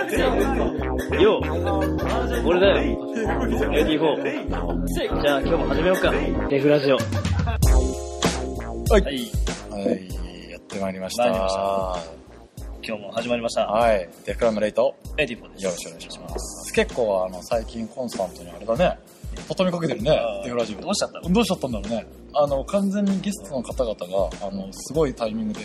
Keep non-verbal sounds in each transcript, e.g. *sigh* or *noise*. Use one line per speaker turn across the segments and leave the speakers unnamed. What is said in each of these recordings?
よう俺だよ !84! じゃあ今日も始めようか。レフラジオ。はい。
はい、やってまいりました。
参りまし今日も始まりました。
はい、デフクラのレイト、
84です。
よろしくお願いします。結構あの最近コンスタントにあれだね、畳みかけてるね
あー、
デフラジオ。
どうしちゃったの
どうしちゃったんだろうね。あの、完全にゲストの方々が、あの、すごいタイミングで、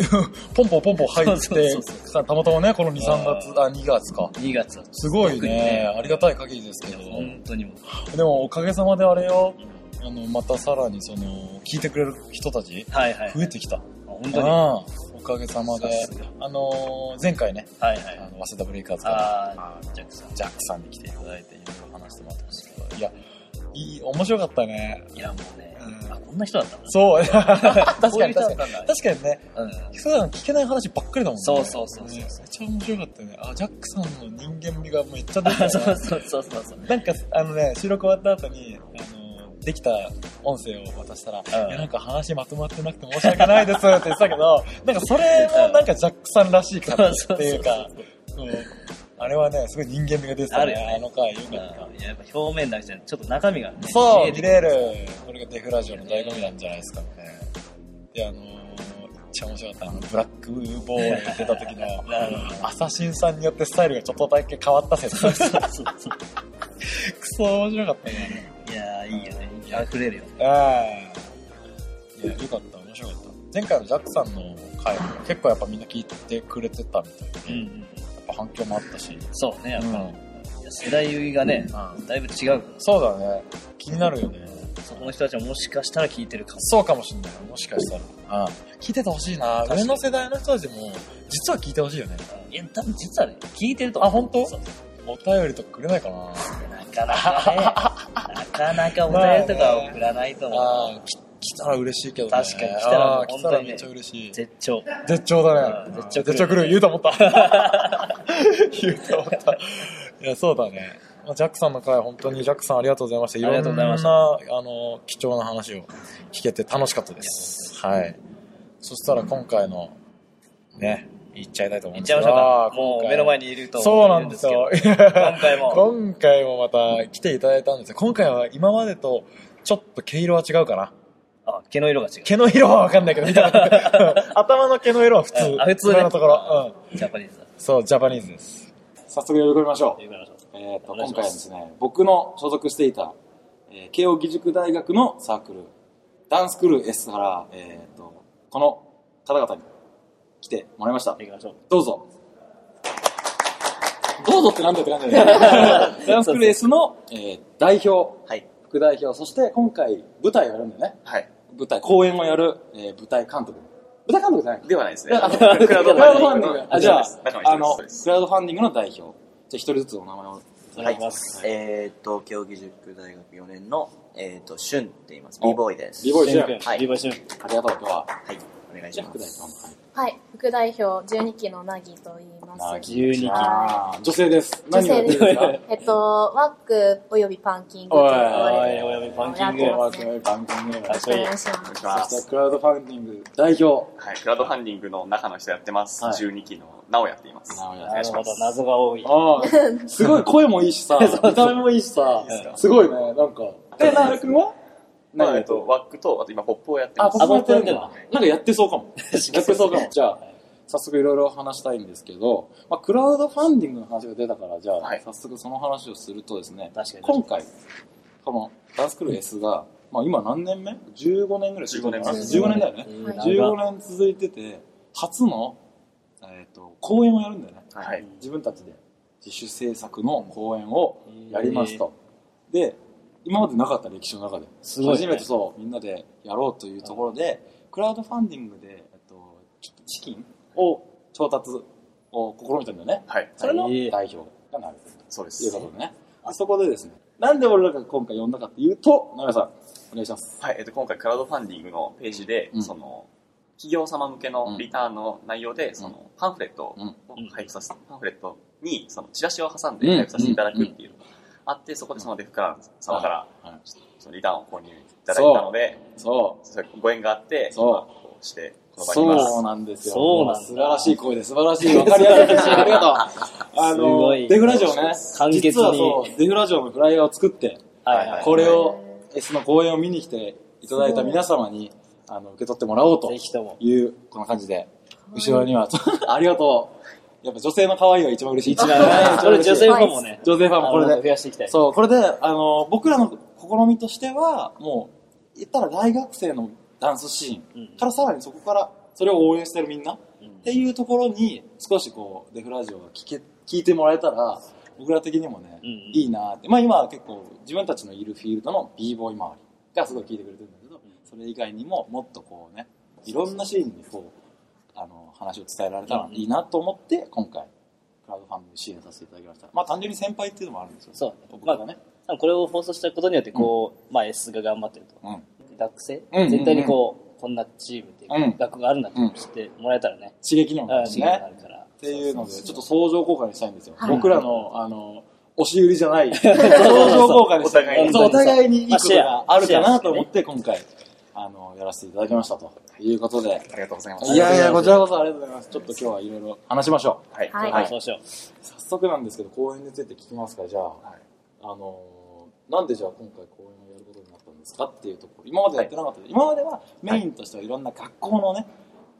*laughs* ポンポンポンポン入っ
そうそう
て
そう、
たまたまね、この2、3月、あ、2月か。
2月は
すごい
特に
ね
ね、
ありがたい限りですけど。
本当にもう。
でも、おかげさまであれよ、あの、またさらにその、聞いてくれる人たち、
はいはい。
増えてきた。
本
う
当
ん
に。は
おかげさまで
さすが。
あのー前回ね、
いは
あ
い。
の、早稲田ブレイカーズから、
あー、ジャックさん。
ジャックさんに来ていただいて、いろいろ話してもらったんですけど、いや、いい、面白かったね。
いやもうね
う、ん
あ、こんな人だったんだ。
そう、
*laughs*
確か
こういう
に
人だ
確か
っ
に。
たんだ。
確かにね、
うん。
普段聞けない話ばっかりだもんね。
そうそうそうそう
ねめっちゃ面白かったよね。あ、ジャックさんの人間味がめっちゃ出てた
あ
な
*laughs* *laughs* そうそうそうそうそう。
なんか、あのね、収録終わった後に、あの、できた音声を渡したら、
うん
いやなんか話まとまってなくて申し訳ないですって言ってたけ *laughs* ど、なんかそれもなんかジャックさんらしい感じっていうか、うんあれはね、すごい人間味が出てたね、
あるよね
あの回、よ
うん
かった。
いややっぱ表面だけじゃなくてちょっと中身がね
そう、
見
見
えて
れる。これがデフラジオの醍醐味なんじゃないですかね。で、あのー、めっちゃ面白かった。あの、ブラックボーイが出た *laughs* 時の、
なるほ
アサシンさんによってスタイルがちょっとだけ変わった *laughs* 説。
ど
ク
そうそうそ
ソ面白かったね。
う。いやーいいよね。溢れるよ。
ええいや、よかった、面白かった。前回のジャックさんの回も結構やっぱみんな聞いてくれてたみた
うん
いうで、や
ん。
っぱ反響もあったし。
そうね、やっぱり。
うん
いや世代がね、だいぶ違うか
そうだね。気になるよね。
ら、そこの人たちはもしかしたら聞いてるかも。
そうかもしんない。もしかしたら。うん聞いててほしいな。
確かに
上の世代の人たちも、実は聞いてほしいよね。
いや、多分実はね、聞いてると思う。
あ本当
そう
お便りとかくれないかな。
なかなかね、な
*laughs*
かなかお便りとかは送らないと
あ
思
あ
う。、
き来たら嬉しいけどね。
確かに来たらもう
あー
本
来
当
た
にね
らめっちゃ嬉しい。
絶頂。
絶頂だ
うん
ね。
絶頂来る
絶頂来る。言うと思った。 *laughs* 言うと思った。いや、そうだね。まあジャックさんの回、本当にジャックさんありがとうございました。いろん
ありがとうございました
な、あの、貴重な話を聞けて楽しかったです。はい。そしたら今回の、ね、行っちゃいたいと思
い
うん
っち
です
ゃいましょうか。
あー
も
今
う
回
目の前にいると
そう
思
な
うんんで
ですす
けど
よ。。
今回も。
*laughs* 今回もまた来ていただいたんですよ。今回は今までとちょっと毛色は違うかな。
あ、毛の色が違う。
毛の色はわかんないけど、見たら *laughs* 頭の毛の色は普通。
あ、普通ね
今のところ。うん。
ジャパニーズだ。
そう、ジャパニーズです。
早速呼び込みましょう。
言いましょう
えー、と
お願い
今
し
回
ま
はですすね、僕の所属していた、えー慶應義塾大学のサークル、ダンスクール S から、えー、とこの方々に来てもらいました。
行きましょう。
どうぞ。どうぞってなんだよって感じだよ
*laughs*
ねダンスクール S の、えー代表、
はい。
副代表、そして今回舞台をやるんだよね。
はい。
舞台、公演をやる、えー舞台監督。舞台監督じゃない
ではないです
い
ね。
やあの
*laughs* クラウドファンディングの。
あ、じゃあ
そうです、
あ
中
の、
の
ク
人です。
ラウドファンディングの代表。じゃあ一人ずつお名前を。
はい
お願ます。
えーっと、競技塾大学4年の、えーっと、シュンって言います。b ボーイです。
リボイ
シ
シ
ュン
ュ
君
ン。
はい
リボイシュン。
ありがとう、今日
は
は。
い。お願いし
じゃあ、
ま
副代
す。
表。
はい、副代表12期のなぎと言いま
はい
す。
12期
あー女性です。
女性です
何をやってるんで
えっと、ワックおよびパンキングと呼ばれる
おいおいおいパンキング
やっ
すか
てますね
番組の
かっ
お
こいい
願いしま
お願い
す。
しま
そし
す。
て、クラウドファンディング代表。
はい。クラウドファンディングの中の人やってます。
はい
12期の、なおやっています。
なおや
なるほど、謎が多い。
ああ、すごい声もいいしさ、見た目もいいしさ
いいっすか、
すごいね、なんか。で、なるくんは
ま
何
あ、
や
えっ
ってる
と、ワックと、あと今、ポップをやって
あ、
ま
ポ
す。
ップやってるんだ。
あ
なんかやってそうかも。 *laughs* やってそうかも。じゃあ、早速いろいろ話したいんですけど、まあ、クラウドファンディングの話が出たから、じゃあ、
はい
早速その話をするとですね、
確かに
今回、このダンスクール S が、まあ今何年目 ?15 年ぐらい
15年
続いてる
15
15年だよね。
はい
15年続いてて、初の、えっ、と、公演をやるんだよね。
はい。
自分たちで自主制作の公演をやりますと、で今までなかった歴史の中で、
すごいね
初めてそうみんなでやろうというところで、クラウドファンディングで、えっと、ちょっと資金を調達を試みたんだよね
はい。
それの
はい
代表がなる
そうで
という
す
こ。とでねあそこでですねなんで俺らが今回呼んだかっていうとなべさんお願いします
はい。えっと、今回、クラウドファンディングのページで
う、ん
その、企業様向けのリターンの内容で、その、パンフレットを
うん
配布させて、パンフレットに、その、チラシを挟ん
う
で
ん
配布させていただくっていうのがあって、そこでそのデフクラウン様から、
はい
そのリターンを購入いただいたので、
そ
それご縁があって、
そう
まあこ
をして、この場にいます。
そうなんですよ。
そうなんだ
素晴らしい声で、素晴らしい。わかりやすいです。ありがとう。あ
すごい
の、デフラジオね。
簡潔に
実はそう、デフラジオのフライヤーを作って、
はいはい。
これを、S の公演を見に来ていただいた皆様に、あの、受け取ってもらおうと
ぜひとも。
いう、こんな感じで、後ろには、 *laughs* ありがとう。やっぱ女性の可愛いは一番嬉しい。 *laughs* 一
番ねそれ女性ファンもね、
女性ファンもこれ
あ
で
の増やしていきたい。
そう、これで、あの、僕らの試みとしては、もう、言ったら大学生のダンスシーンからさらにそこから、それを応援してるみんな、っていうところに、少しこう、デフラジオが聞け、聞いてもらえたら、僕ら的にもね、
うん
いいなって。まあ今は結構、自分たちのいるフィールドの b ボーイ周りがすごい聞いてくれてるんだけど、それ以外にももっとこうね、いろんなシーンにこう、あの、話を伝えられたらいいなと思って、今回、クラウドファンディング支援させていただきました。まあ単純に先輩っていうのもあるんですよ。
そう
僕
ま
ら
あ
がね。
これを放送したことによって、こう、まあ S が頑張ってると。
うん
学生
うんうんうん
全体にこう、こんなチームっていう
うん
か、学校があるんだって知ってもらえたらね、
刺激にもな
あ
る
ー
し
違いがあ
ね。
るから。
っていうので、ちょっと相乗効果にしたいんですよ。
はい
僕らの、あの、押し売りじゃ *laughs* ない、相乗効果にした
お
い。
互いに
そうお互いにいいこと
まあシェア
があるかなと思って、今回、あの、やらせていただきましたということで。
ありがとうございま
いやいや、こちらこそありがとうございます。ちょっと今日はいろいろ話しましょう。
はい。
はい
はい、そうしよう。
早速なんですけど、公演について聞きますから、じゃあ、あのー、なんでじゃあ今回公演をやることになったんですかっていうところ、今までやってなかったけど、今まではメインとしてはいろんな学校のね、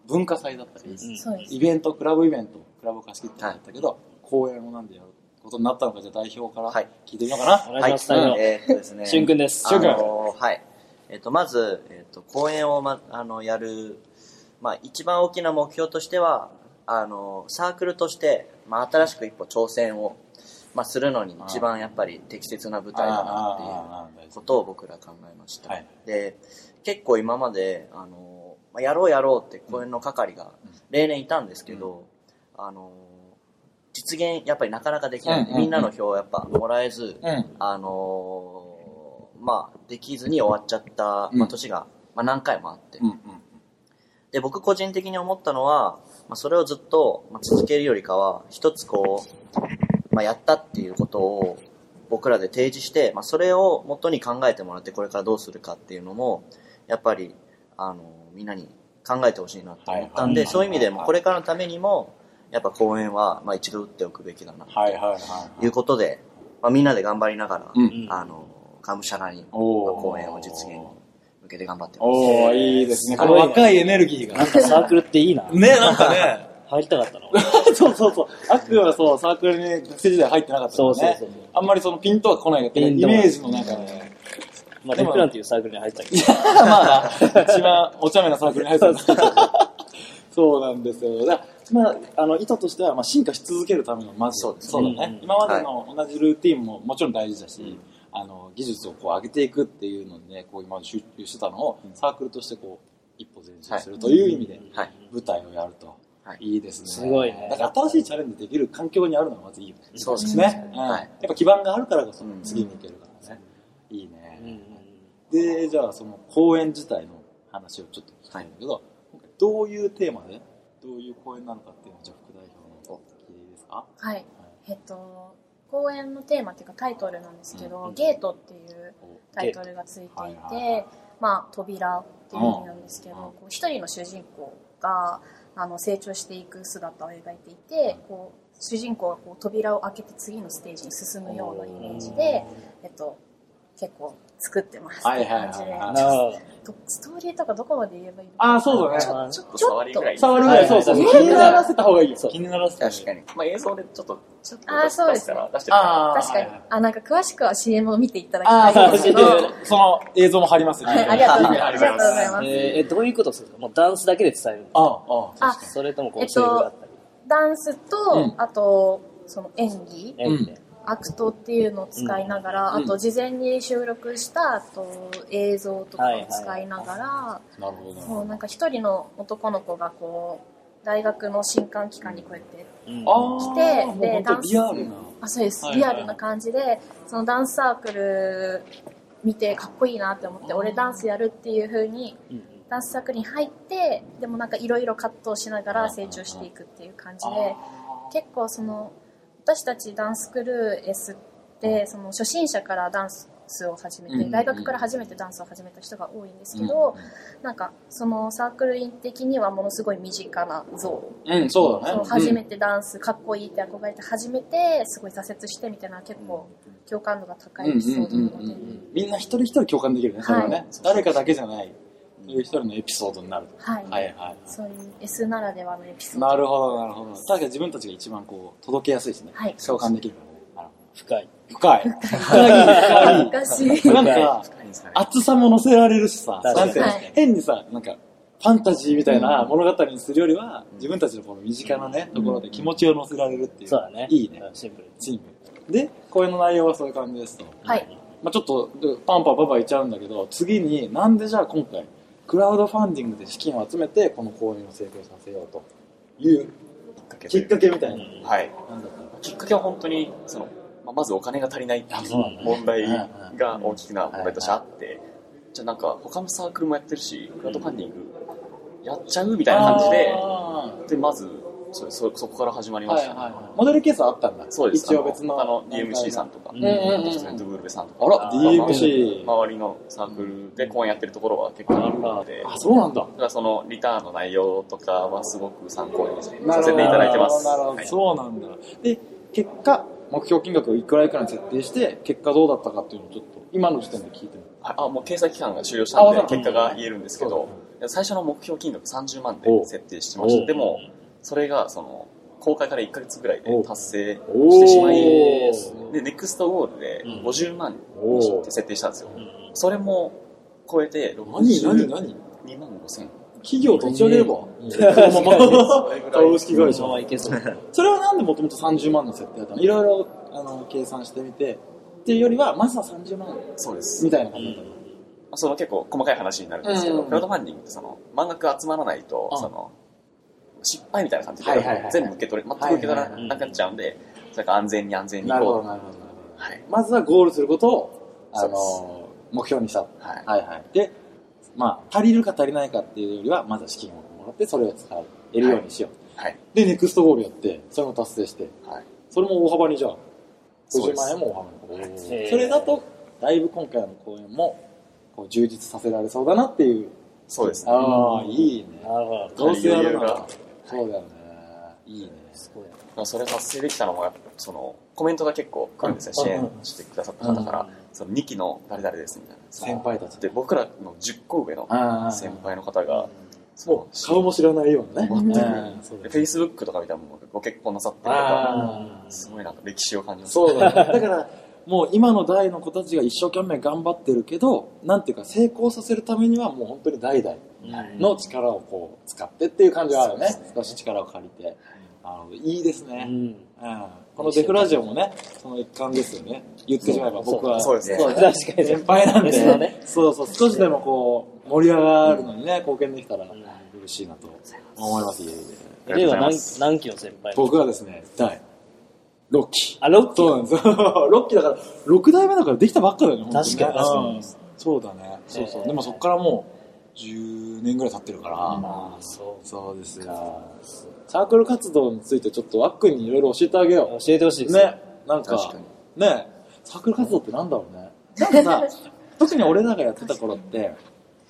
文化祭だったり、
うん
そうです。
イベント、クラブイベント、クラブを貸し切ってやったけど、公演をなんでやることになったのか、じゃあ代表から
はい
聞いてみようかな。
お願いします、
は
最後
い。えーっとですね。
しゅんくんです。
あのーはい。えっ、と、まず、えっ、と、公演を、ま、あの、やる、まあ、一番大きな目標としては、あのーサークルとして、まあ、新しく一歩挑戦を、まあ、するのに一番やっぱり適切な舞台だなっていう
ってい
ことを僕ら考えました、
はい
で結構今まであの、まあ、やろうやろうって公演の係が例年いたんですけど、あの実現やっぱりなかなかできないんで、
うんうんうん
みんなの票をやっぱもらえず、
うん
あのまあできずに終わっちゃった、
うん
まあ、年が、まあ、何回もあって、
うんうん
で僕個人的に思ったのは、まあ、それをずっとまあ続けるよりかは一つこう、まあ、やったっていうことを僕らで提示して、まあ、それを元に考えてもらってこれからどうするかっていうのもやっぱりあのみんなに考えてほしいなと思ったん
はいはいはいはい
でそういう意味でもこれからのためにもやっぱ公演はまあ一度打っておくべきだな
はいはいはい。
ということで、まあ、みんなで頑張りながら、
うん
あのがむしゃらにまあ
おー
公演を実現に向けて頑張ってます。
おー、いいですね。
すご
こ
い
の若いエネルギーが。
なんかサークルっていいな。
ね、なんかね。 *laughs*
入りたかったな、俺
そうそうそう。あくはそう、サークルに学生時代入ってなかったからね。
そうそうそう
あんまりそのピンとは来ないけど、
ピンと
イ
は
メージの中で。
まあ、
で
レ
も
プランっていうサークルに入ったけど。
まあ、一番お茶目なサークルに入ってたんだ *laughs* そうなんですよ。だまあ、あの、意図としては、まあ、進化し続けるための、まず、
そうですね
だね、
うん
今までの同じルーティンももちろん大事だし、あの、技術をこう上げていくっていうので、ね、こう今まで集中してたのを、サークルとしてこう、一歩前進するという意味で、
はい
舞台をやると。
はい
いいですね。
すごいね
だから新しいチャレンジできる環境にあるのがまずいいよね。
そうですす
ね。うん
はい
やっぱ基盤があるからこそ
うん
次に行けるからね。いいね。
うん
で、じゃあその公演自体の話をちょっと聞きたいんだけど、今回どういうテーマで、どういう公演なのかっていうのを、じゃあ副代表の聞いていいですか
はい。えっと、公演のテーマっていうかタイトルなんです
う
け
んう
ど
ん、
ゲートっていう
お
タイトルがついてい
はいはいは
て、まあ、扉っていう意味なんですけど、
うん
こう一人の主人公があの成長していく姿を描いていて、こう主人公がこう扉を開けて次のステージに進むようなイメージで、えっと、結構作ってますっていう感じ
はいはい
で
はいはい
なるほど。
とストーリーとかどこまで言えばいいの
あー、そうだね。
あ
ち
ちょ
ょ
っと
ちょっと
触るぐらい、
は
そ
いう
そう。
は
気
い
にならせた方がいいよ。
そう
気にならせた方がいい
確かに
まあ映像でちょっと、ちょっと
あーそうです
出
ね
から出してるから
あー
確かに
はいはい
あなんか詳しくは CM を見ていただき
あ
たいん
ー、
です
そう
けど
そうそうその映像も貼りますね。
*laughs* はいありがとうございます
あ
あ
り
り
が
が
とう
とう
ござ
ござ
い
い
ま
ます
え
す
ーえ、どういうことするんですかもうダンスだけで伝える
ああ、ああ。
あ
それともこ
え
う、
っと
セリフがあったり、
ダンスと、
うん
あとその演技
演技で。
アクトっていうのを使いながら、
うん
あと事前に収録したあと映像とかを使いながら、
なるほどなるほ
もう
ど。
なんか一人の男の子がこう大学の新歓期間にこうやって
うん
あ
来て
ーもう
で
本当リアルな。
あそうです、
はい
リ
はい
アルな感じでそのダンスサークル見てかっこいいなって思って俺ダンスやるっていう風に
うん
ダンスサークルに入ってでもなんかいろいろ葛藤しながら成長していくっていう感じで結構その私たちダンスクルー S ってその初心者からダンススを始め
うんうんう
て
ん
大学から初めてダンスを始めた人が多いんですけど、なんかそのサークル員的にはものすごい身近な像
うん、うん、そうだ
そ
ね
う。初めてダンスかっこいいって憧れて初めてすごい挫折してみたいな結構共感度が高いエピソードなので、
みんな一人一人共感できるね、それは
は
ね。誰かだけじゃない、そういう一人のエピソードになる。
はい、
はいはいは
そういう S ならではのエピソ
い。
ード
なるほど、なるほど。確かに自分たちが一番こう、届けやすいしね。
はい
共感できるからね。なる
深い。
ほど深い。
難しい
深い。なんか、
深いんですかね。
厚さも乗せられるしさ、
確か
なん
に
か
はい
変にさ、なんか、ファンタジーみたいな物語にするよりは、自分たちのこの身近なね、ところで気持ちを乗せられるっていう。
そうだね。
いいね。
うんシンプル。
チーム。で、公演の内容はそういう感じですと。
はい
まあ、ちょっとパンパンパパ言っちゃうんだけど次になんでじゃあ今回クラウドファンディングで資金を集めてこの公演を成功させようというきっかけみたいな、
はい。
なんだったの
きっかけは本当に、その、まあ、まずお金が足りないってい
そうなんだ
う問題
うん
が大きな問題としてあって、じゃあなんか他のサークルもやってるし、クラウドファンディングやっちゃうみたいな感じで、
あ
で、まず、そそそこから始まり
ー
ま
はい
し
はい
たね。
はいモデルケースはあったんだ
そうです。
一応別の
あの、あの DMC さんとか、
う
うんん
うんうん
ドゥブルベさんとか、
あら DMC
周りのサークルで公演やってるところは結構あるので、
あそうなんだ
だからそのリターンの内容とかはすごく参考にさせていただいてます。
なるほど
は
な
い
るほどそうなんだで結果目標金額をいくらいくらに設定して結果どうだったかっていうのをちょっと今の時点で聞いてみる
あ、もう掲載期間が終了したの
あ
で
わ、かる
結果が言えるんですけど、最初の目標金額30万で設定してまし
おう
た。でも、それが、その、公開から1ヶ月ぐらいで
おう
達成
お
してしまい、
ー
で、ネクストゴールで50万
おー
って設定したんですよ。それも超えて
何何
62
何
万5千
企業立ち上げれば、そのまま *laughs* 株式会社はいけそう。それはなんでもともと30万の設定だったのいろいろあの計算してみて、っていうよりは、まずは30万
そうです。
みたいな感じだっ
その結構細かい話になるんですけど、
うん
クラウドファンディングってその満額集まらないと、
うん
その失敗みたいな感じで、
はいはいはい
全部受け取れ全く受け取らなくなっちゃうんで、それから安全に安全に
な
行
る
こ
ほ
う
ど、なるほど。
はい
まずはゴールすることを、あ
そ
の、目標にした。は
はい
いはい。で、まあ、足りるか足りないかっていうよりは、まずは資金をもらって、それを使えるようにしよう。
はい
で、ネクストゴールやって、それも達成して、
はい
それも大幅にじゃあ、
そうで
50
す
万円も大幅に。
そ
それだ、と、だいぶ今回の公演も、こう充実させられそうだなっていう。
そうですね
ああ、いいね。
なるほど。
どうせやる
余裕
な
が。
そうだよね。いいね。
すごい。
まあそれ達成できたのもやっぱそのコメントが結構来るんですね支援してくださった方からその2期の誰々ですみたいな
先輩たち。
で僕らの10個上の
ああ。
先輩の方がそ
も
の
う、顔も知らないようなね。
持ってる
うんそうだ
で
よね
Facebook とか見たらもうご結婚なさってるとか
ああ。
すごいなんか歴史を感じます
そうだね。だから、もう今の代の子たちが一生懸命頑張ってるけど、なんていうか成功させるためにはもう本当に代々の力をこう使ってっていう感じはあるよね。少し力を借りて。あのいいですね。
うん。
うんこのデフラジオもね、その一環ですよね。言ってしまえば僕は。
そうですね
そう
確かに
先輩なん
ですよね
で。そうそう、少しでもこう、盛り上がるのにね、貢献できたら嬉しいなと思います。いえいえ
あり
例
が
は
と
何
うございます
何期の先輩
僕はですね、第6期。
あ、6期
そうなんですよ。6期だ *laughs* から、6代目だからできたばっかだよね、本当ね
確かに確かに
うんそうだね。そうそう。でもそこからもう、10年ぐらい経ってるから。
あ、そ
そうですよ。サークル活動についてちょっとあっくんにいろいろ教えてあげよう。
う。教えてほしいです。
ね。なんか
確かに
ねサークル活動ってなんだろうねなんか
*laughs*
さ特に俺らがやってた頃って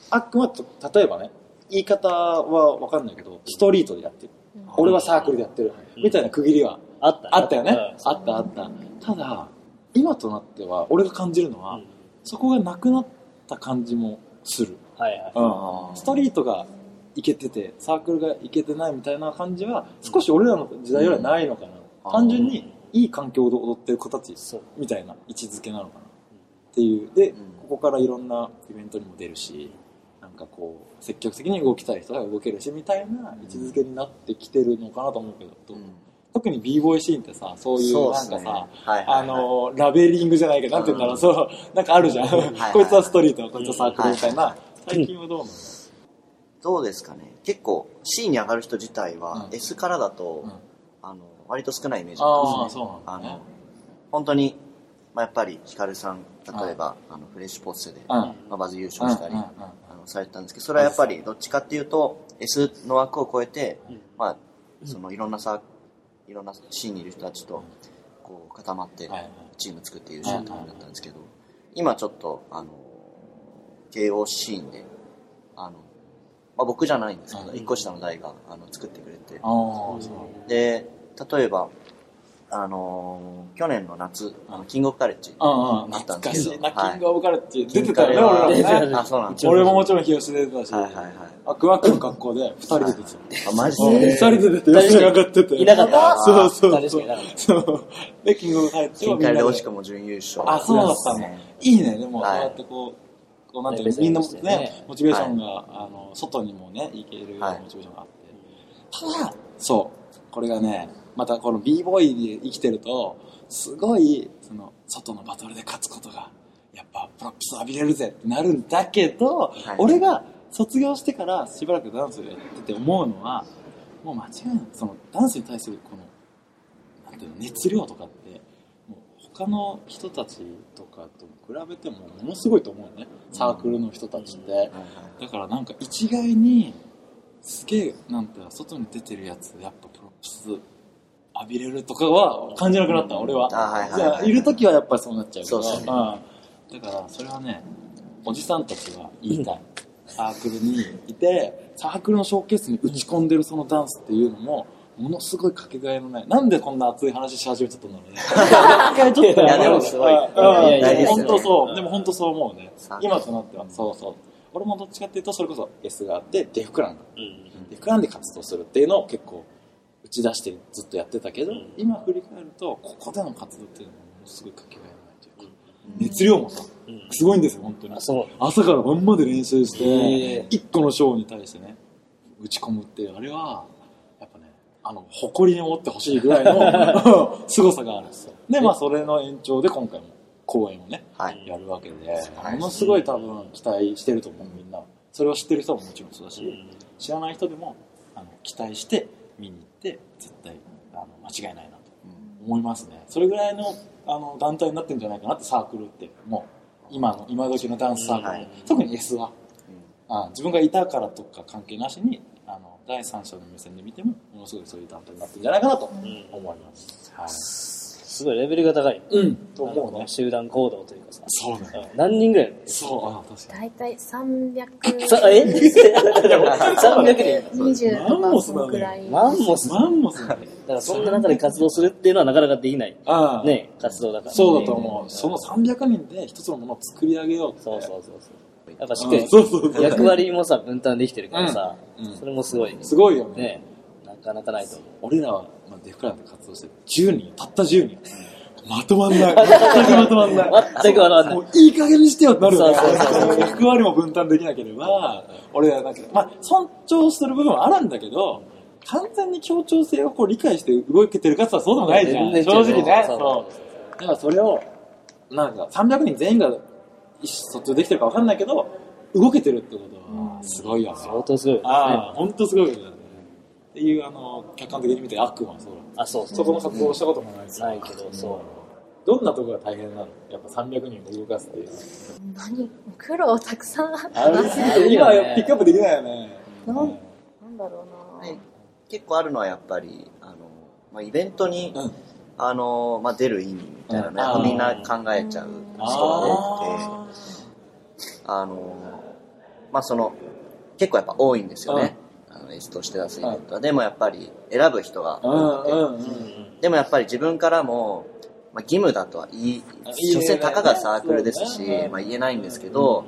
あっくんはと例えばね言い方はわかんないけどストリートでやってる、
うん
俺はサークルでやってる、みたいな区切りは
あった。
あったよね、
うん
あったあったただ今となっては俺が感じるのは、
うん
そこがなくなった感じもする、
はいはい。
あー
ストリートがいけててサークルがいけてないみたいな感じは少し俺らの時代よりはないのかな、
うん
単純にいい環境で踊ってる子たち
そう。
みたいな位置づけなのかなっていうで、
ん
ここからいろんなイベントにも出るしなんかこう積極的に動きたい人が動けるしみたいな位置づけになってきてるのかなと思うけど、特に b ボーイシーンってさそういうなん
は
かさ、
いはいはい
あのラベリングじゃないけどなんて言うんだろう、そうなんかあるじゃん、
はい
こいつはストリートこいつはサークルみたいな、
はい
最近はどうなの、
どうですかね結構 C に上がる人自体は
うん
S からだと、
うん
あの割と少ないイメージ
あ
なん
あ
ですね
そう
あ
なんだね
の本当に、まあ、やっぱりヒカルさん例えばあのフレッシュポッセで、
うん
まあ、まず優勝したり、
うんうん
あのされてたんですけどそれはやっぱりどっちかっていうと S の枠を超えて、まあ、そのいろんなさいろんなシーンにいる人たちとこう固まって
はいはい
チーム作って優勝っていうのだったんですけど、
今ちょっと、あの、KOC で、あの、まあ、僕じゃないんですけど、
うん
一個下の代があの作ってくれて、
ああ、そう。
で、例えば、あの去年の夏、あの、キングオブカレッジ、
ああ、
あった
懐
んで
か
すけ
し
ど
いな、
はい
キングオブカレッジ出
金
てた
カ
よ
レ
ね、
は
俺らね。
あ、そうなんです
俺ももちろん日吉出てたし、
はいはいはい。
悪魔くの格好で二人で出てた。
あ、マジ
二
で
人で出て吉に上がってて。
いなかった
そうそう
確
そ
かに
う。
なかった
そう。で、キングオブカレッジ
金
みんな
塊
で
で惜しくも準優勝。
あそうだったねいいね、でも、そう
はい
やってこう、こうなんていう
レ
の
ベ
みん
ル
な
がしてね
ね、モチベーションが、あの、外にもね、いけるような
はい
モチベーションがあって。ただ、そう、これがね、またこの b ボーイで生きてると、すごい、その、外のバトルで勝つことが、やっぱ、プロップス浴びれるぜってなるんだけど、
はい
俺が卒業してからしばらくダンスをやってて思うのは、もう間違いなく、そのダンスに対するこの、なんていうの、熱量とかって、もう他の人たちとかと比べてもものすごいと思うね。サークルの人たちって。
はいはい
だからなんか一概に、すげえ、なんていうの外に出てるやつ、やっぱプロップス浴びれるとかは感じなくなった、俺は。
あ、はいはい
じゃ
は
あ、
い。
いるときはやっぱりそうなっちゃうけど、
そうですね
うんだから、それはね、おじさんたちは言いたい。サークルにいて、サークルのショーケースに打ち込んでるそのダンスっていうのも、ものすごいかけがえのない。なんでこんな熱い話し始めちゃったんだろうね。一回ちょっと
いやでもすごい
うん
いやいや
でも
い
本
や
当そう。でも本当そう思うね
サー。クル
今となっては。そうそう。俺もどっちかっていうと、それこそ S があって、デフクランが
うん
で膨らんで活動するっていうのを結構打ち出してずっとやってたけど、
うん
今振り返るとここでの活動っていうのはものすごいかけがえのないというか、
うん
熱量もさ
うん
すごいんですよ本当に
あそう
朝から晩まで練習して、
へえ
一個のショーに対してね打ち込むっていうあれはやっぱねあの誇りに思ってほしいぐらい *laughs* の凄さがあるんですよでまあそれの延長で今回も公演をね
はい。
やるわけで、
はい
ものすごい多分期待してると思うみんなそれを知ってる人ももちろんそうだし、知らない人でもあの期待して見に行って絶対あの間違いないなと
うん
思いますねそれぐらいのあの団体になってるんじゃないかなってサークルってもう今の今時のダンスサークル、
はい
特に S は
うん
あ自分がいたからとか関係なしにあの第三者の目線で見てもものすごいそういう団体になってるんじゃないかなと
うん
思います、
すごいレベルが高い。
はい、うんと思うね
集団行動というかさ。
そうだね
うん何人ぐらい
そうあ確か
大
に
体300
さ、え *laughs*
20と
?300 人。
かそのくらい。
マンモス。だ
マンモスだね
からそんな中で活動するっていうのはなかなかできない。
ああ
ね、活動だから。
そうだと思う。その300人で一つのものを作り上げようって。
そうそうそうそう。やっぱしっ
うんそうそう
かり役割もさ、分担できてるからさ
うんうん、
それもすごい。
すごいよね。
ね、なかなかないと思う。
俺らは、まあ、デフクランで活動してる10人、たった10人。まとまんない。全くまとまんない。
全くまとまんない
もういい加減にしてよってなるよね
そうそうそうそう
役割も分担できなければ、俺らだけど、まあ、尊重する部分はあるんだけど、完全に協調性をこう理解して動けてるかつはそうでもないじゃん。
全
正
然違う
直ね。
そう
そう。だからそれを、なんか300人全員が意思疎通できてるかわかんないけど、動けてるってことは、すごいよね。
相当すごいよね。
ああ、ほんとすごいことだね。っていう、あの、客観的に見て、悪魔はそうだ。
あ、そうそう。
そこの活動をしたこともないし、
ないけど、そう。
どんなとこが大変なのやっぱ300人を動かすっていう。
何苦労たくさんあっ
あ
た。
るすぎていい
今
よ
は
ね
ピックアップできないよね。
なんなんだろうな。
結構あるのはやっぱり、あの、まあ、イベントに、
うん
あの、まあ、出る意味みたいなの、やっ
う
ぱ
ん
みんな考えちゃう人が多くて、
あ
あの、まあ、その、結構やっぱ多いんですよね。あの、S として出すイベントは。でもやっぱり選ぶ人が
ー。うん
多くて、
うんうん。
でもやっぱり自分からも、まあ、義務だとは言い
あ言え、ない
所詮たかがサークルです
そう
し
ね、
まあ、言えないんですけど、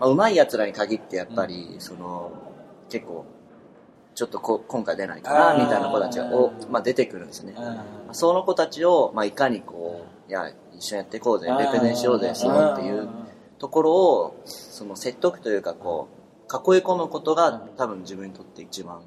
まあ、上手い奴らに限ってやっぱり、その、結構、ちょっとこ今回出ないか
あー
な、みたいな子たちがお、まあ、出てくるんですね。
あ
その子たちを、まあ、いかにこう、いや、一緒にやっていこうぜ、レペゼンしようぜ、しようっていうところを、その説得というか、こう、囲い込むことが多分自分にとって一番、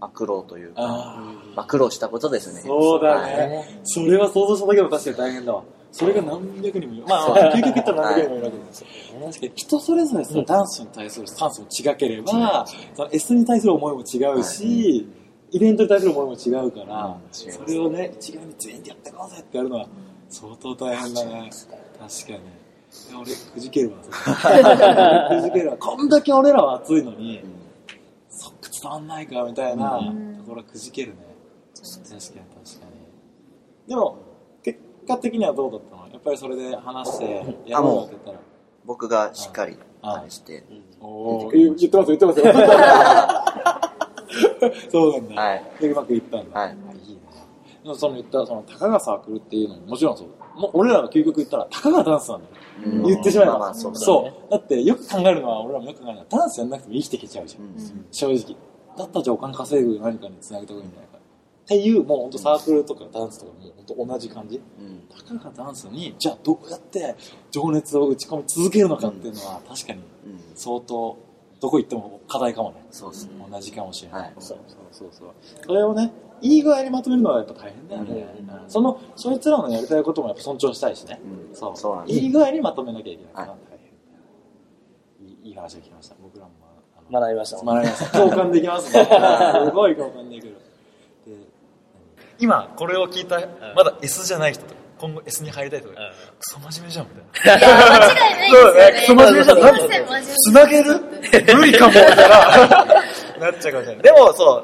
まあ、苦労というか、
あ
まあ、苦労したことですね。
そうだね
はい
それは想像しただけでも確かに大変だわ。それが何百人もいる。まあまあ、究極言ったら何百人もいるわけですよ。確かに人それぞれさ、ダンスに対するスタンスも違ければ、その S に対する思いも違うし、イベントに対する思いも違うから、
うん違います
それをね、一概に全員でやってこうぜってやるのは相当大変だね。確かに。いや俺、くじけ *laughs* るわ。くじけるわ。こんだけ俺らは熱いのに、そっか伝わんないかみたいな
うん
ところはくじけるね。
そう
確かに確かに。でも、結
果的にはどうだったのやっぱりそれで話して、やろうって言ったら。
僕がしっかり
あ
話して、
おー言言ってます、言ってます。 *laughs* そうなんだ。
はい。
で、うまくいったんだ。
はい
いいね。でもその言った、その、たかがサークルっていうのも、もちろんそう。もう俺らが究極言ったら、たかがダンスなんだよ。
うん
言ってしまえば。
まあまあそうだね
だって、よく考えるのは、俺らもよく考えるのは、ダンスやんなくても生きていけちゃうじゃん。
うん
正直。だったらじゃあお金稼ぐ何かにつなげた方がいいんじゃないか。っていう、もう本当サークルとかダンスとかもう本当同じ感じ。
うん
たかがダンスに、じゃあどうやって情熱を打ち込み続けるのかっていうのは、確かに
うん
相当、どこ行っても課題かもね。
そうですね
同じかもしれない。
はい
そうそうそうそう。それをね、いい具合にまとめるのはやっぱ大変だよね。その、そいつらのやりたいこともやっぱ尊重したいしね。
うん
そう。
そうなんです
いい具合にまとめなきゃいけないから、
は
大変だよいい。いい話が聞きました。僕らも、あの
学びましたもん。
学びました。共感でき
*laughs*
ますね。すごい共感できる。で
今、これを聞いた、まだ S じゃない人とか、今後 S に入りたい人とか、クソ真面目じゃん、みたいな。
いや、間違いないですよ
*laughs* そ
ね。
うねクソ真面目じゃん
すいません、真面目。
つなげる無理かもみ *laughs* たいな、なっちゃうかもしれない。でも、そう、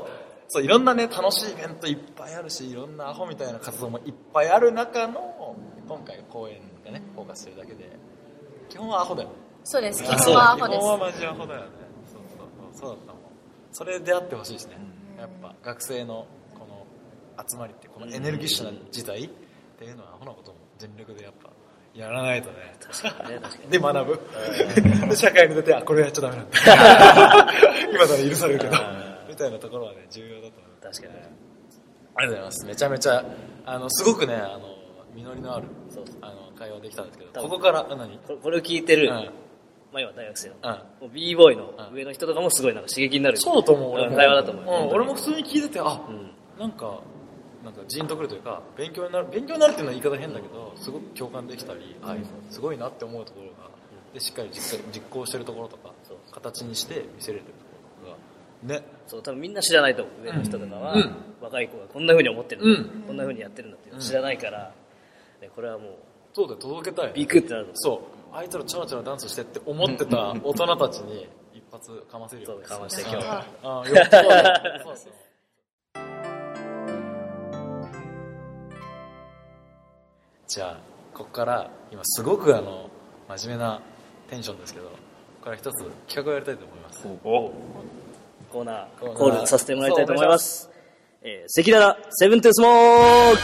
そう、いろんなね、楽しいイベントいっぱいあるし、いろんなアホみたいな活動もいっぱいある中の、今回の公演がね、フォーカスしてるだけで、基本はアホだよね。
そうです、基
基
本はアホです。
本はマジアホだよね。そうそうそう、そうだったもん。それであってほしいしね。やっぱ、学生の、この、集まりって、このエネルギッシュな時代っていうのは、アホなことも全力でやっぱ、やらないとね。
ね確かに
で学ぶ。で社会に出て、あ、これやっちゃダメなんだ。
*laughs*
今なら許されるけど。みたいなところはね、重要だと思う。
確かに。
ありがとうございます。めちゃめちゃ、あの、すごくね、あの、実りのある、あの、会話できたんですけど、
多分
ここから、あ何
ここれを聞いてる、
うん
まあ今大学生の、
うん
もう b ボーイの
うん
上の人とかもすごいなんか刺激になる。
そうだと思う、
ん会話だと思う。
うん、俺も
本
普通に聞いてて、あ
当、に。うん。
なんか、なんかジーンとくるというか、勉強になる、勉強になるっていうのは言い方変だけど、すごく共感できたり、あすごいなって思うところが、で、しっかり実際実行してるところとか
そう、
形にして見せれてるところが、ね、
そう、多分みんな知らないと思う。上の人とかは、
うん
若い子がこんな風に思ってるんだ、
う
こんな風にやってるんだっていうの知らないから、ねこれはもう、
そうだよ、届けたいよね、
ビクってなると
そう、あいつらチャラチャラダンスしてって思ってた大人たちに一発かませるよ。
そうかまして今日。
は
ああ、よかった。そうそうじゃあ、ここから、今すごくあの、真面目なテンションですけど、ここから一つ企画をやりたいと思います。
コーナ
コーナ
ー、
ー
コールさせてもらいたいと思います。えー、赤裸々、セブントゥースモ *laughs* ーク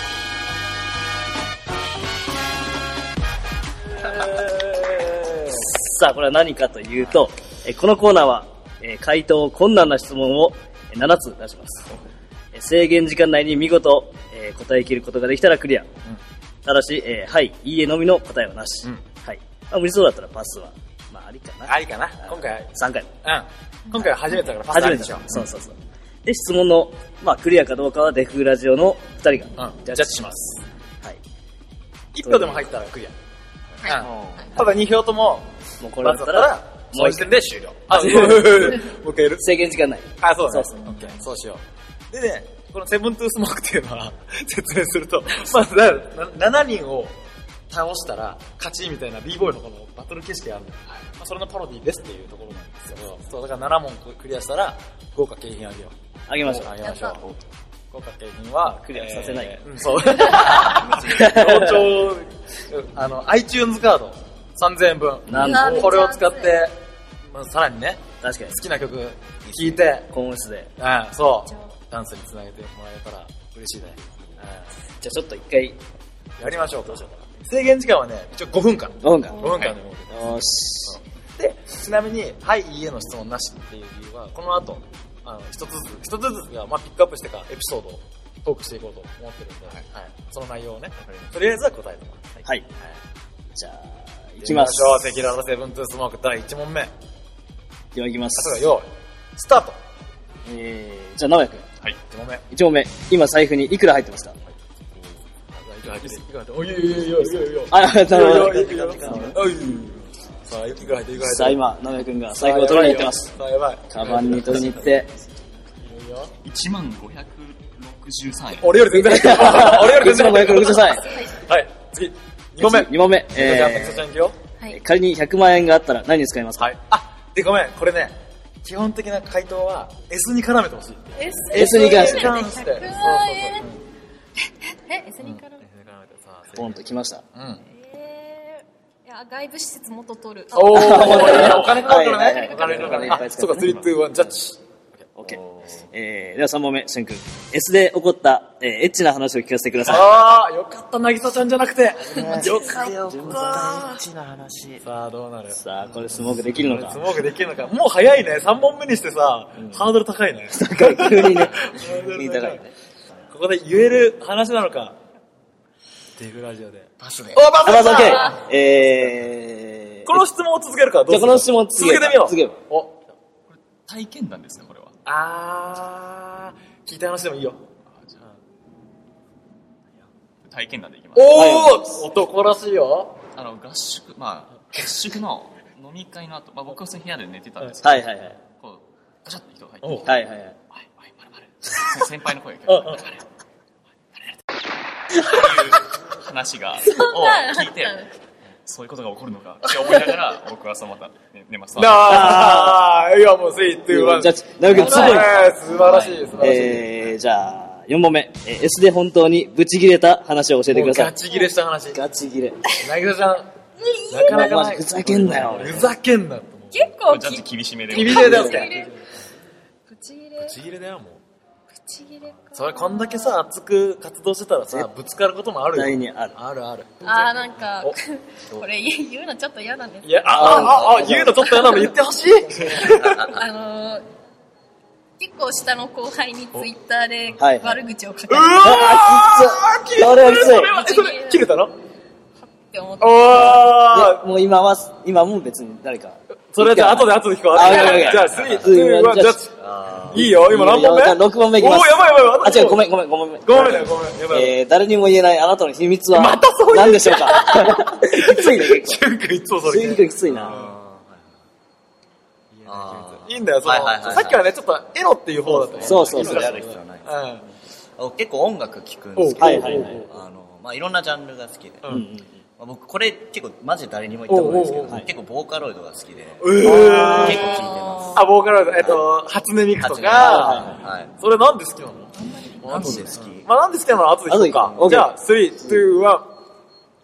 さあ、これは何かというと、えーこのコーナーは、えー回答困難な質問をえー7つ出します。えー制限時間内に見事、えー答え切ることができたらクリア。ただし、えーはい、いいえのみの答えはなし。はい。まあ、無理そうだったらパスは、まあ、ありかな。
ありかな今回、
3回。
うん。今回初めてだからパ
初めてそうそうそう。で、質問の、まあ、クリアかどうかはデフラジオの2人が、
うん、ジャッジします。
はい。
1票でも入ったらクリア。
はい
うん。ただ2票とも、
もうこ
こ
れ
れ
だ
だ
っ
った
ら
たら、、
も
そうの
一
時
回
点で終了。あ、すごい。 *laughs* もう一回やる
制限時間ない。
あ、そうだね。
そうそう
オッケーそうしよう。でね、このセブントゥースモークっていうのは、 *laughs* 説明すると、 *laughs* まず、7人を倒したら勝ちみたいな b ボーイのこのバトル景色があるの、まあ、それのパロディですっていうところなんですけど、そう、だから7問クリアしたら、豪華景品あげよう。
あげましょ
あ
う。
げましょう。豪華景品は、
クリアさせない
えーうん、そう。 *laughs* 包丁、あの、iTunes カード3000円分。
なん
と
これを使って、まあ、さらにね、
確かに
好、きな曲聴いて、
高音質で。
うん、そう。ダンスにつなげてもらえたら嬉しいね。
じゃあちょっと一回、
うん、やりましょう、どうしようかな制限時間はね、一応5分間。
5分間。
5分間でもよし。で、ちなみに、はい、いいえの質問なしっていう理由は、この後、あの、一つずつ、一つずつが、まあ、ピックアップしてか、エピソードをトークしていこうと思ってるんで、はい。その内容をね、とりあえずは答えてもらって。
はい。じゃあ、いきます。
行きましょう、セキュララセブントゥースモーク第1問目。あ、
では行きます。
そうだ、よーいスタート
えー、じゃあ、直哉くん。
はい。1問目。
1問目。今、財布にいくら入ってますか
おいいよいいよいいよいいよ
あ、なるほど。
さあ、いくら入っていくら入って。
さあ、今、直哉くんが財布を取りに行ってます。
さあ、やばい。
カバンに取りに行って、
1万563円。
*laughs* 俺より全然入ってない。俺より
いつも
全然入って
563
ない。
円。
はい、次。2個目。
2問目。
じゃあ、め
え
ちゃんいくよ。
い
ー、。仮に100万円があったら何に使いますか
はい。あ、で、ごめん、これね、基本的な回答は、S に絡めてほしい。
S
S に関して
100万円え、え、S に絡む
絡めてさ、
ポンときました。
うん。
えー、いや外部施設もっと取る
お
あ
ー、お金かかるから
はいはいはい
ね。お金かかる
お金いっ
か
ぱ
ら
い
ね。
使って
そうか、3、2、1、ジャッジ。
OK。えー、では3問目、しゅんくん。S で起こった、えー、エッチな話を聞かせてください。
あー、よかった、なぎさちゃんじゃなくて。よかっ
話
た。さあ、どうなる
さあ、これスモークできるの
ス
か。
モークできるのか。もう早いね。3本目にしてさ、ハードル高いね。
急
*laughs*
にね、
い
言いたかったね。
ここで言える話なのか。デグラジオで。パスで。お
あ、
パ
まず
スだ
OK。えー、
この質問を続けるからどう
じゃあ
す
こ
る
の質問を続け
続けてみよう。
続けよ
う。お、
体験談ですね、これは。
あー、聞いた話でもいいよ。
体験談でいきます。
おー男らしいよ。
あの、合宿、まあ、合宿の飲み会の後、まあ僕はその部屋で寝てたんですけど、
はいはいはい。
こう、ガシャッと人が入って
お
き
う
て、
はいはいはい。
おい、おい、まるまる。先先輩の声が聞こえて、まるまる。っていう話が、を聞いて、そういうことが起こるのかって思いながら、僕はそのまた寝寝ます。
あー、いやもう3、2、1。
じゃあ、なおきくん、すごい。
えー素晴らしい、素晴らしい。
えー、じゃあ、4問目。えー S で本当にブチギレた話を教えて
も
く
う
ださ
ガ
い。
チギレした話。
ガチギレ。
なぎさちゃん、なかなか
マ
な
ジ
い。
ふざけんなよ。
ふざけんなと思う。
結構
ジャッ
き
ジ厳しめで。
厳しいですか
ブチ切れ
ちぎれだよ、もう。
ブチ切れか
それこんだけさ、熱く活動してたらさ、ぶつかることもある
絶
よ。
対にある。
あるある。
あーなんか
お
*laughs* これ言うのちょっと嫌なんです
いや、あ、あ、あ、あ、言うのちょっとやなの言ってほしい。
あのー、結構下の後輩にツイッターで
はい
悪口を書かれて
あ、きつい。
それはきつい
それはえそれ切れたの
って思って、
おー
でもう今は、今も別に誰か。
それじゃあ後で後で聞こう。
あ
後で
いやいやいや
じゃあ、スリー、ツー、ワン、ジャッジ。いいよ、今何本目
?6 問目いきます。
おーやばいやばいやばい
あ、違う、ごめん、ごめん、ごめん。
ごめんね、ごめん。やばい。
えー、誰にも言えないあなたの秘密は、何でしょうかきついね、
*laughs*
結
シュン君いつも
構。
それ
正
聞い
義
てる。
君きついな。
あ
いいんだよ、その、
はいはいはいはい
さっきはね、ちょっとエロっていう方だったね。
そう
ー
そう
色
そう。
々
は
あ
い
る必要はないです
うん。
あ結構音楽聴くん
お
で
う
すけど
はいはい。
あの、まあ、いろんなジャンルが好きで、
う
ま
ん
うん
あ、僕これ結構マジで誰にも言ったことないですけ
おうおう
ど結構ボーカロイドが好きで
うー
結構聴いてま
あ、ボーカル、えっと、初音ミク
す
と
初めては
か、
いはい
それなんで好きなの
マジで好き
まあなんで好きなのは後で聞こうか。
後で
じ
聞
ゃあ、3、2、1。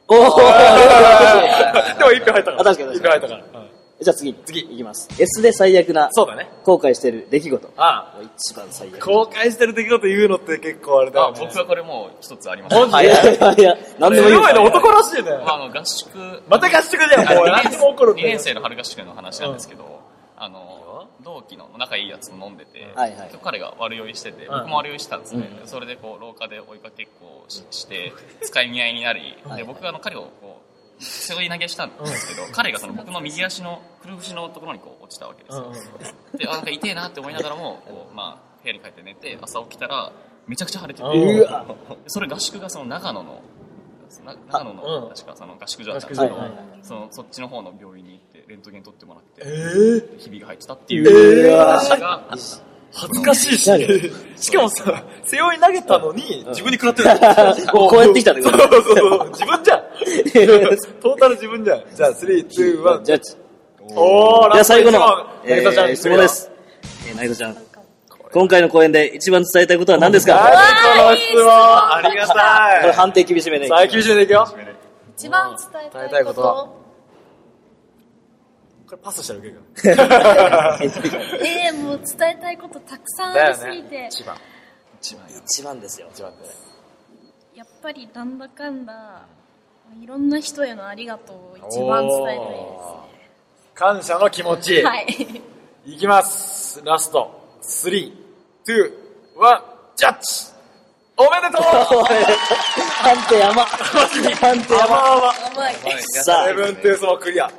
お
*laughs*
ー
でも1票入ったから。
あ確かに
1票入ったから。うん
じゃあ次、
次
いきます。S で最悪な、
そうだね。
後悔してる出来事。
あ
一番最悪。
あ、公開してる出来事言うのって結構あれだ
あ
よ、ね。
僕はこれもう一つあります。
マジ
いやいやいや、何でも
す
言う
ごいね、
な。
男らしいね。
まあ、あの合宿、
また合宿じゃん、もう。何でも怒るん
2
だよ
年生の春合宿の話なんですけど、あの同期の仲いいやつと飲んでて、
はいはい
彼が悪酔いしてて、
うん
僕も悪酔いしたんですね、それでこう廊下で追いかけっこをしして使い見合いになり
はい
で僕があの彼をこう背負い投げしたんですけど、彼がその僕の右足のくるぶしのところにこう落ちたわけですよ、であなんか痛えなって思いながらもこう、まあ、部屋に帰って寝て朝起きたらめちゃくちゃ腫れてて
う
それ合宿がその長野のな長野
うん
の確かその合宿所だったんですけど、
合宿所はい
そのそっちの方の病院に行ってレントゲン取ってもらって、
えー、
ひびが入ってたっていう話が、
恥ずかしい
なる
し。しかもさ、背負い投げたのに、自分に食らって
*laughs*
る。
こうこうやってきたってこ
そ
と
うそうそう。自分じ *laughs* ゃん。トータル自分じゃん。じゃあ、3、2、1。
ジャッジ。
おー、
じゃあ最後の、
ラ
え
スト一問渚ちゃん
ー、質問です。えー、ナイトちゃん。今回の公演で一番伝えたいことは何です
何
か
この質問ありが
これ
たい
判定厳しめね。
さあ、厳しいね、いくよ。
一番伝えたいこと
これパスしたら受ける
えー、もう伝えたいことたくさん
だ
あり
よ
すぎて、
ね。一番。
一番ですよ。
一番だね。
やっぱりなんだかんだいろんな人へのありがとうを一番伝えたいです
感謝の気持ち。。
はいい。
きます。ラスト。3、2、1、ジャッジおめでとう
判定やば。判定や
あ
ば。
まあまあ。
甘い。
さ
セ
あ、
ブントゥースモーククリア。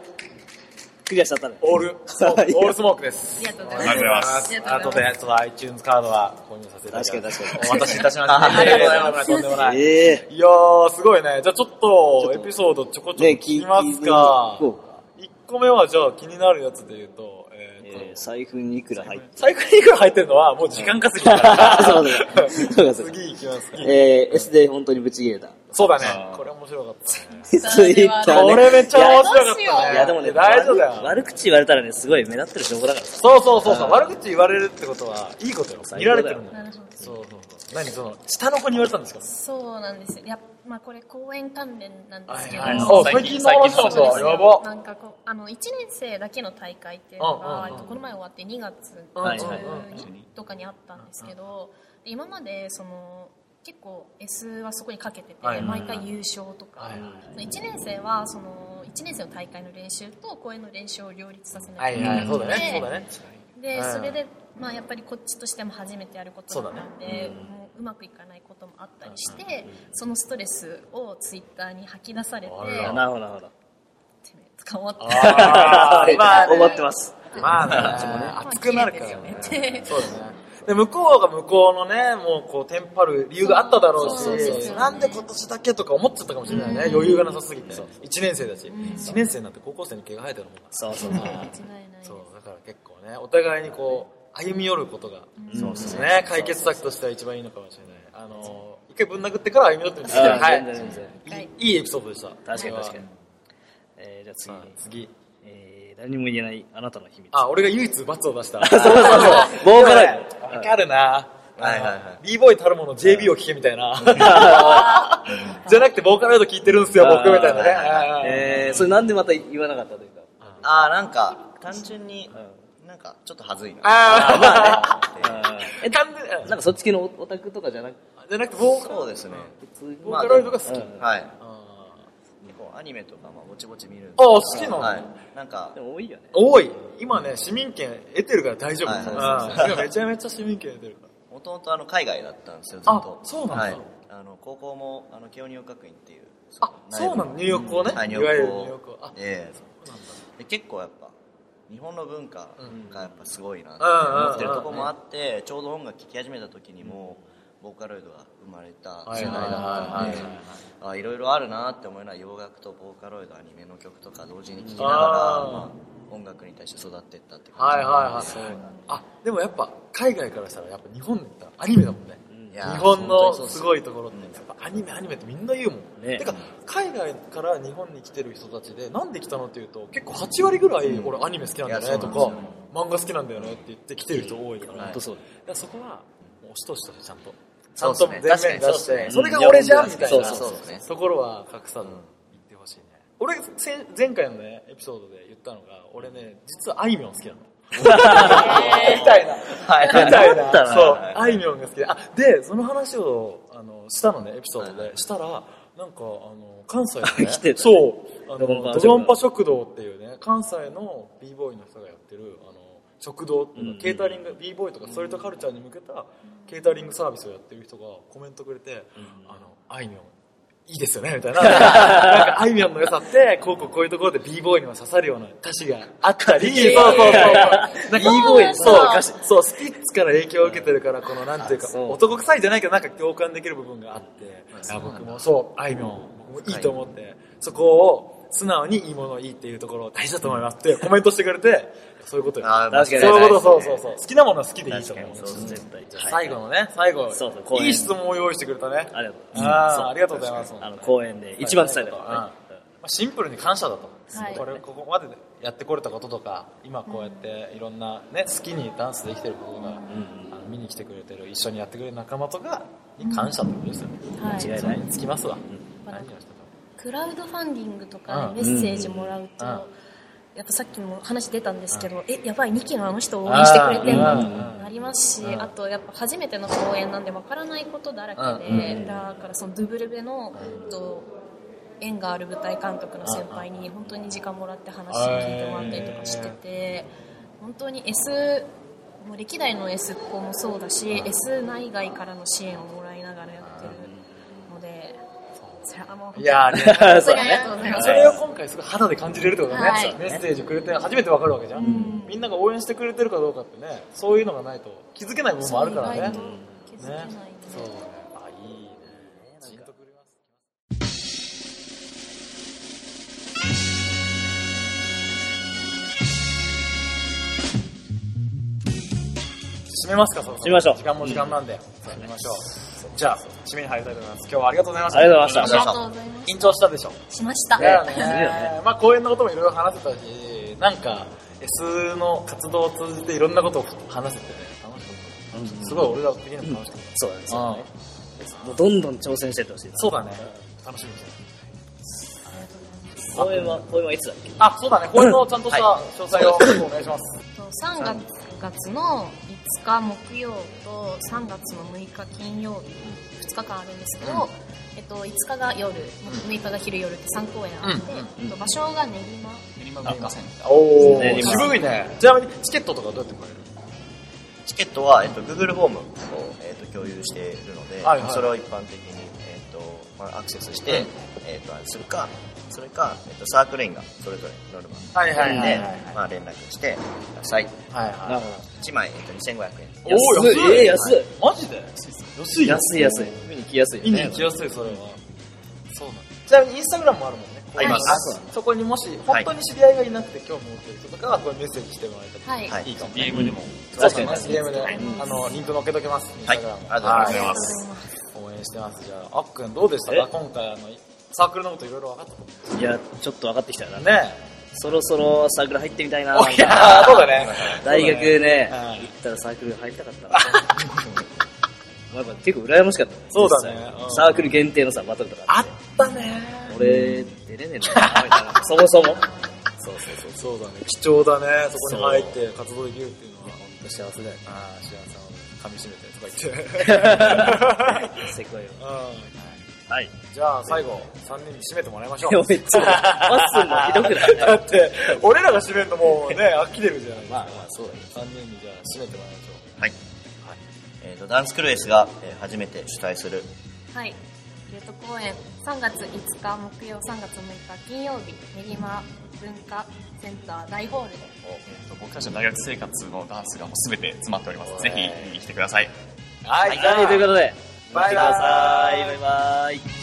クリアしちゃったね。
オール、そうオールスモークです。
ありがとうござい
ありがとうございま。
ますす。
あとで、ちょっと iTunes カードは購入させていただきます。
確かに確かに
お待たせいたしま *laughs* した。
ありがとうござい
ます。とんでもない。
ええ。
いやー、すごいね。じゃあちょっと、エピソードちょこちょこ聞きますか。
こうか
1個目は、じゃあ気になるやつで言うと、えーと、
えー、財布にいくら入って
最高にいくら入ってるのは、もう時間稼ぎだから。
*laughs* そうだねそうだね
*laughs* 次行きます。
えー、S で本当にブチ切れた。
そうだね
あ。ー
これ面面白かったね。
ツイッターね。
これめっちゃ面白かっ
い
たね。
や
いやでもね、
大丈夫だ
悪
よ。
悪口言われたらね、すごい目立ってる証拠だからさ。
そうそうそうそう、悪口言われるってことは、いいことよ。
最
見
高
ら
だよ
れてるんだ
な
よ。
るほど
そうそうそう。何その、下の子に言われたんですか
そうなんですよ。いや、まあこれ公演関連なんですけど、
はいはい
あ、最近の話なん
そうで
だ。
す
や
よ
ば。
なんかこう、あの、1年生だけの大会っていうのが、
うんうんうん
えっとこの前終わって2月
はいはい
12とかにあったんですけど、で今まで、その、結構 S はそこにかけてて
はい、はいは
毎
い
回優勝とか、
はいはい
1年生は、その、1年生の大会の練習と公演の練習を両立させな
はいい
といけ
は、
ないい
そう
の
だ
で、
ね、そうだね。
で、
うん
それで、まあ、やっぱりこっちとしても初めてやることだったんで
そうだねうん
もううまくいかないこともあったりして、そのストレスをツイッターに吐き出されて
あ
いや
ら
なるほど、なるほど。
てめえ捕まった
あーまあ
*laughs*
ね
思ってます。
まあね、
ね
熱くなるから
熱いですよ
ね
ね。
そうだね。で、向こうが向こうのね、もうこう、テンパる理由があっただろうし、
そうそうですよね
なんで今年だけとか思っちゃったかもしれないね。
うん
余裕がなさすぎて。1年生だし。1年生になって高校生に毛が生えてるもんな
そうそうそう。
間違いないです
そう、だから結構ね、お互いにこう、歩み寄ることが、そうですね、解決策としては一番いいのかもしれない。あの、一回ぶん殴ってから歩み寄ってみてくだ
あ
さ
ー
い。
全然
は
全然。
はい
いいいいエピソードでした。
確かに
これは
確かに。。えー、じゃあ次
さ、あ次。
えー、誰にも言えないあなたの秘密。
あ、俺が唯一罰を出 *laughs* した。
そうそうそう。ボーカル。
わかるな。。
はいはいはい
b ボーイたるもの JB を聴けみたいな。じゃなくて、ボーカロイド聴いてるんすよ、僕みたいなねあー。
えー、それなんでまた言わなかったというか。
ああ、なんか、単純に、なんか、ちょっと恥ずいな。
あ
ま
ー
あね。
あー
え、単純
なんかそっち系のオタクとかじゃなく
じゃなくて、ボーカ
そうですね。
普通
ボーカロイドが好
ま
き
あでもうん
はい。
あ
結構アニメとか、まあ、ぼちぼち見るんで
ーあ、好きなの
はい。なんか
で、も多いよね。
多い今ね、市民権得てるから大丈夫。
はい
うん今めちゃめちゃ市民権得てるから。
もともとあの海外だったんですよ、ずっと。
あそうなんだ
はい。あの、高校も、あの、清仁学院っていう。
あ、そうなのニューヨークをね。
はい、
い
ニュ
わ
ー
ゆる
ヨ
ニュー
ー
ヨー
ク
クを。あ、
ええで結構やっぱ日本の文化がやっぱすごいなって
うん
思ってるとこもあってちょうど音楽聴き始めた時にもボーカロイドが生まれた世代だったんであいろいろあるなって思いながら洋楽とボーカロイドアニメの曲とか同時に聴きながら
あー
まあ音楽に対して育ってったって感
は
じ
いはいはい。あ、でもやっぱ、海外からしたら、やっぱ日本だったらアニメだもんね。
い
日
やー
本
本当
の
にそうっす
すごいところって、やっぱアニメアニメってみんな言うもん。
ね
てか、海外から日本に来てる人たちで、なんで来たのっていうと、結構8割ぐらい、俺アニメ好きなんだ
いや
よね
そ
と
う
か
なんで、
漫画好きなんだよねって言って来てる人多いから。
はい
だか
本当そうだ。
らそこは、もう押し通しとしてちゃんと。ちゃ
そうんっす
と
ね
全面出
確かに
し
そうっすね
て、それが俺じゃんみたい
そう
な。
そうそうね
ところは隠さず言ってほしいね。俺、せん前回のね、エピソードで言ったのが、俺ね、実はあいみょん好きなの。みたいな。
はい
みたい
なった
な。
な
そう。あいみょんが好きで。あ、で、その話を、あの、したのね、エピソード
はい
で。したら、なんか、あの、関西のね、
*laughs* 来てた
そう、あの、
ドロンパ食堂
ドロンパ食堂っていうね、関西の b ボーイの人がやってる、あの、食堂っていうか
うん
ケータリング、b ボーイとかストリートカルチャーに向けたケータリングサービスをやってる人がコメントくれて、あの、あいみょん、いいですよねみたいな。なんか、あいみょんの良さって、こうこうこういうところで b ボーイにも刺さるような歌詞があったり、 *laughs* そうそうそう。なんか b ボーイ、そう、歌詞そう、スピッツから影響を受けてるから、この、なんていうか
あ、そう
男臭いじゃないけど、なんか共感できる部分があって、いや僕もそう、あいみょん、僕もいいと思って、そこを素直にいいものいいっていうところ大事だと思います
*laughs*
ってコメントしてくれて、そういうことよ。
あ
確
ー
かに
そういうこと、そう
間
そ
違
う
い
そう。好きなものは好きでいいと
確か
思う
に。そう
絶対。
最後のね、最後
そうそう公、演
いい質問を用意してくれたね。
ありがとうございます。
あーありがとうございます。
あの、公演で一番伝えたことね
うんまあシンプルに感謝だと、
はい
これここまでやってこれたこととか今こうやっていろんな、ね、好きにダンスできてることが、あの見に来てくれてる一緒にやってくれる仲間とかに感謝ってことですよね、
はい
間違い
そ
な
れ
い。
につきますわ、
ん
何をして
クラウドファンディングとか
うん
でメッセージもらうと、
うん
やっぱさっきも話出たんですけど、え、やばい、2期のあの人を応援してくれてんだ
う
っ
ん
てなりますし、
うん
あとやっぱ初めての公演なんでわからないことだらけで、だからそのドゥブルベの、えっと縁がある舞台監督の先輩に本当に時間もらって話を聞いてもらったりとかしてて、本当に S、もう歴代の S っ子もそうだし、S 内外からの支援をもらいながらやってるので、それはもう
たいやーね
本当にありがとうございます
そ。れを今回すごい肌で感じれるってことだね、
はい
メッセージくれて初めてわかるわけじゃん、みんなが応援してくれてるかどうかってねそういうのがないと気づけない部分もあるからね
そう意外と気づけないね
そうだねあいいねジーンとくれます閉めますか、そろそろ
閉めましょう
時間も時間なんで、閉めましょう。じゃあ、締めに入りたいと思います。今日はありがとうございました。
ありがとうございま
あ
し
り
た
がとうございます。
緊張したでしょ。
しました。
だよね
ね
まあ、公演のこともいろいろ話せたし、なんか、S の活動を通じていろんなことを話せてね、楽しかった。すごい俺ら的にも楽しかった。
そうだねそうだ
あ
ね
あ
もうどんどん挑戦してってほしいです
そうだね。楽しみにしてる。
公演は公演はいつだっけ
あ、そうだね。公演のちゃんとした詳細をお願いします。
3月の5日木曜と3月の6日金曜日2日間あるんですけど、えっと、5日が夜、6日が昼夜って3公演あって、えっと場所が練馬
練馬文化センター
お
ー
渋いね。ちなみに、チケットとかどうやってもらえる
チケットは、えっと、Google フォームを、えっと、共有しているので、
はいはい
それを一般的に、えっとまあ、アクセスして、えっと、するかそれか、えっと、サークル員がそれぞれノルマ
はいは
で、
いはいはい
まあ、連絡してください
はい
なる
は
ほ
1枚、えっと、2500円
い。おー
安いえー安い
マジで安
ど安い安い見に来やすいよ
見に
ね
行きやすい、それは。そうなんちなみにインスタグラムもあるもんね。
あります
あそこにもし、本当に知り合いがいなくて興味持ってる人とかは、これメッセージしてもらえたりとか。
はい、
はい
いいかもね。
DM でも
そう
確かに
ですね DM で、あの、リンク載っけときます。インス
はいあり
タグラム。
がとうござい
は
ます
応援してます。じゃあ、あっくんどうでした
え
か今回、あの、サークルのこといろいろ分かったと思
いやちょっと上がってきたよな
うね。
そろそろサークル入ってみたいな
おいやー、 *laughs* そうだね。
大学ね
うん
行ったらサークル入りたかった
*laughs*
なまあやっぱ結構羨ましかった
そうだね
実際
うん
サークル限定のさバトルとか
あ
あっ
ってたね
俺出
*laughs*
れねえんだなみたいなそもそもそうそうそう
そうだね。貴重だね。そこに入って活動できるっていうのは。
本当幸せだよ
ああ、幸せを噛み締めてとか言って。
せこいよ
うん。
はい
じゃあ最後、3人に締めてもらいましょ
でも
う。
めっちゃマッスンもひどくない
だって、俺らが締めるともうね、飽きてるじゃないですか。
まあそうだね
3人にじゃあ締めてもらいましょう。
はい、えっとダンスクルエスが、えー初めて主催する
はい、ゲート公演3月5日木曜3月6日金曜日練馬文化センター大ホールで
えっと僕たちの大学生活のダンスがもう全て詰まっておりますぜひ見に来てください
はい、
はいということで
バ
見てく
イバイ
ださいバイバイ